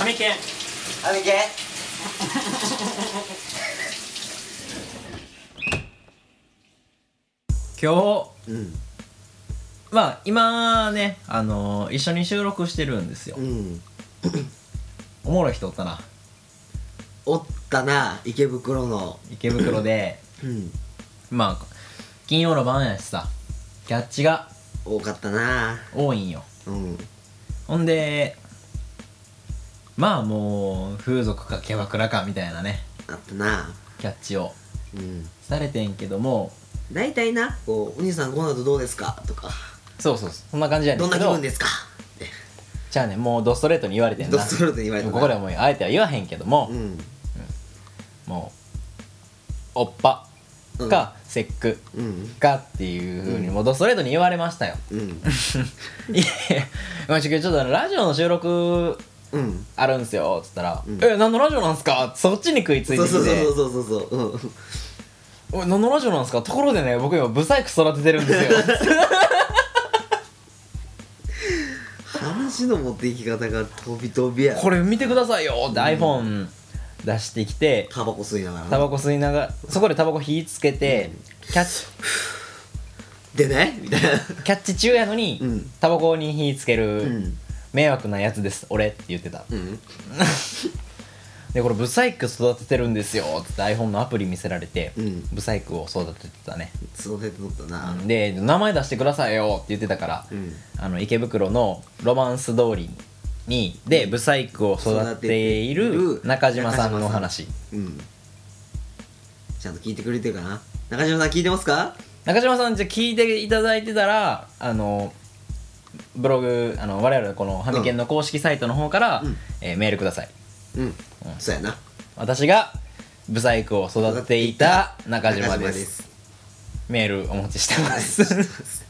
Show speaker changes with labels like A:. A: アメケン
B: あみけ
A: 今日
B: うん
A: まあ今ねあのー一緒に収録してるんですよ
B: うん
A: おもろい人おったな
B: おったな池袋の
A: 池袋で
B: うん
A: まあ金曜の晩やしさキャッチが
B: 多かったな
A: 多いんよ
B: うん
A: ほんでまあもう風俗かキャバクラかみたいなね
B: あったな
A: キャッチを
B: うん
A: されてんけども
B: 大体なこう「お兄さんこの後どうですか?」とか
A: そうそうそうそんな感じや
B: 「
A: ね
B: どん
A: ん
B: な
A: け
B: 気
A: ど
B: 分ですか?」って
A: じゃあねもうドストレートに言われてんな
B: ドストレートに言われて
A: も
B: な
A: うここではもうあえては言わへんけども、
B: うん
A: もうおっぱか、セック
B: うん
A: かっていうふうにもうドストレートに言われましたよ、
B: うん
A: いやいやまあちょっとあのラジオの収録
B: うん
A: あるんすよっつったら「
B: うん
A: え何のラジオなんすか?」そっちに食 いついてき
B: そう
A: て
B: そうそうそうそうそううん
A: おい何のラジオなんですかところでね僕今ブサイク育ててるんですよ
B: 話の持っていき方が飛び飛びや
A: これ見てくださいよって iPhone 出してきて
B: タバコ吸いながら
A: タ
B: な
A: バコ吸いながらそこでタバコ火つけてキャッ
B: でねみたいな
A: キャッチ中やのに、
B: うん
A: タバコに火つけ
B: う
A: る
B: ん
A: 迷惑なやつです俺って言ってた
B: うん
A: でこれブサイク育ててるんですよっつって iPhone のアプリ見せられて、
B: うん
A: ブサイクを育ててたね
B: その辺で乗ったな
A: で名前出してくださいよって言ってたから、
B: うん
A: あの池袋のロマンス通りにでブサイクを育てている中島さんの話
B: うんちゃんと聞いてくれてるかな中島さん聞いてますか
A: 中島さんじゃあ聞いていただいてたらあのブログあの我々のこのハミケンの公式サイトの方から、
B: うん
A: えーメールください
B: うんそうやな
A: 私がブサイクを育てていた中島です
B: す
A: メールお待ちしてます
B: す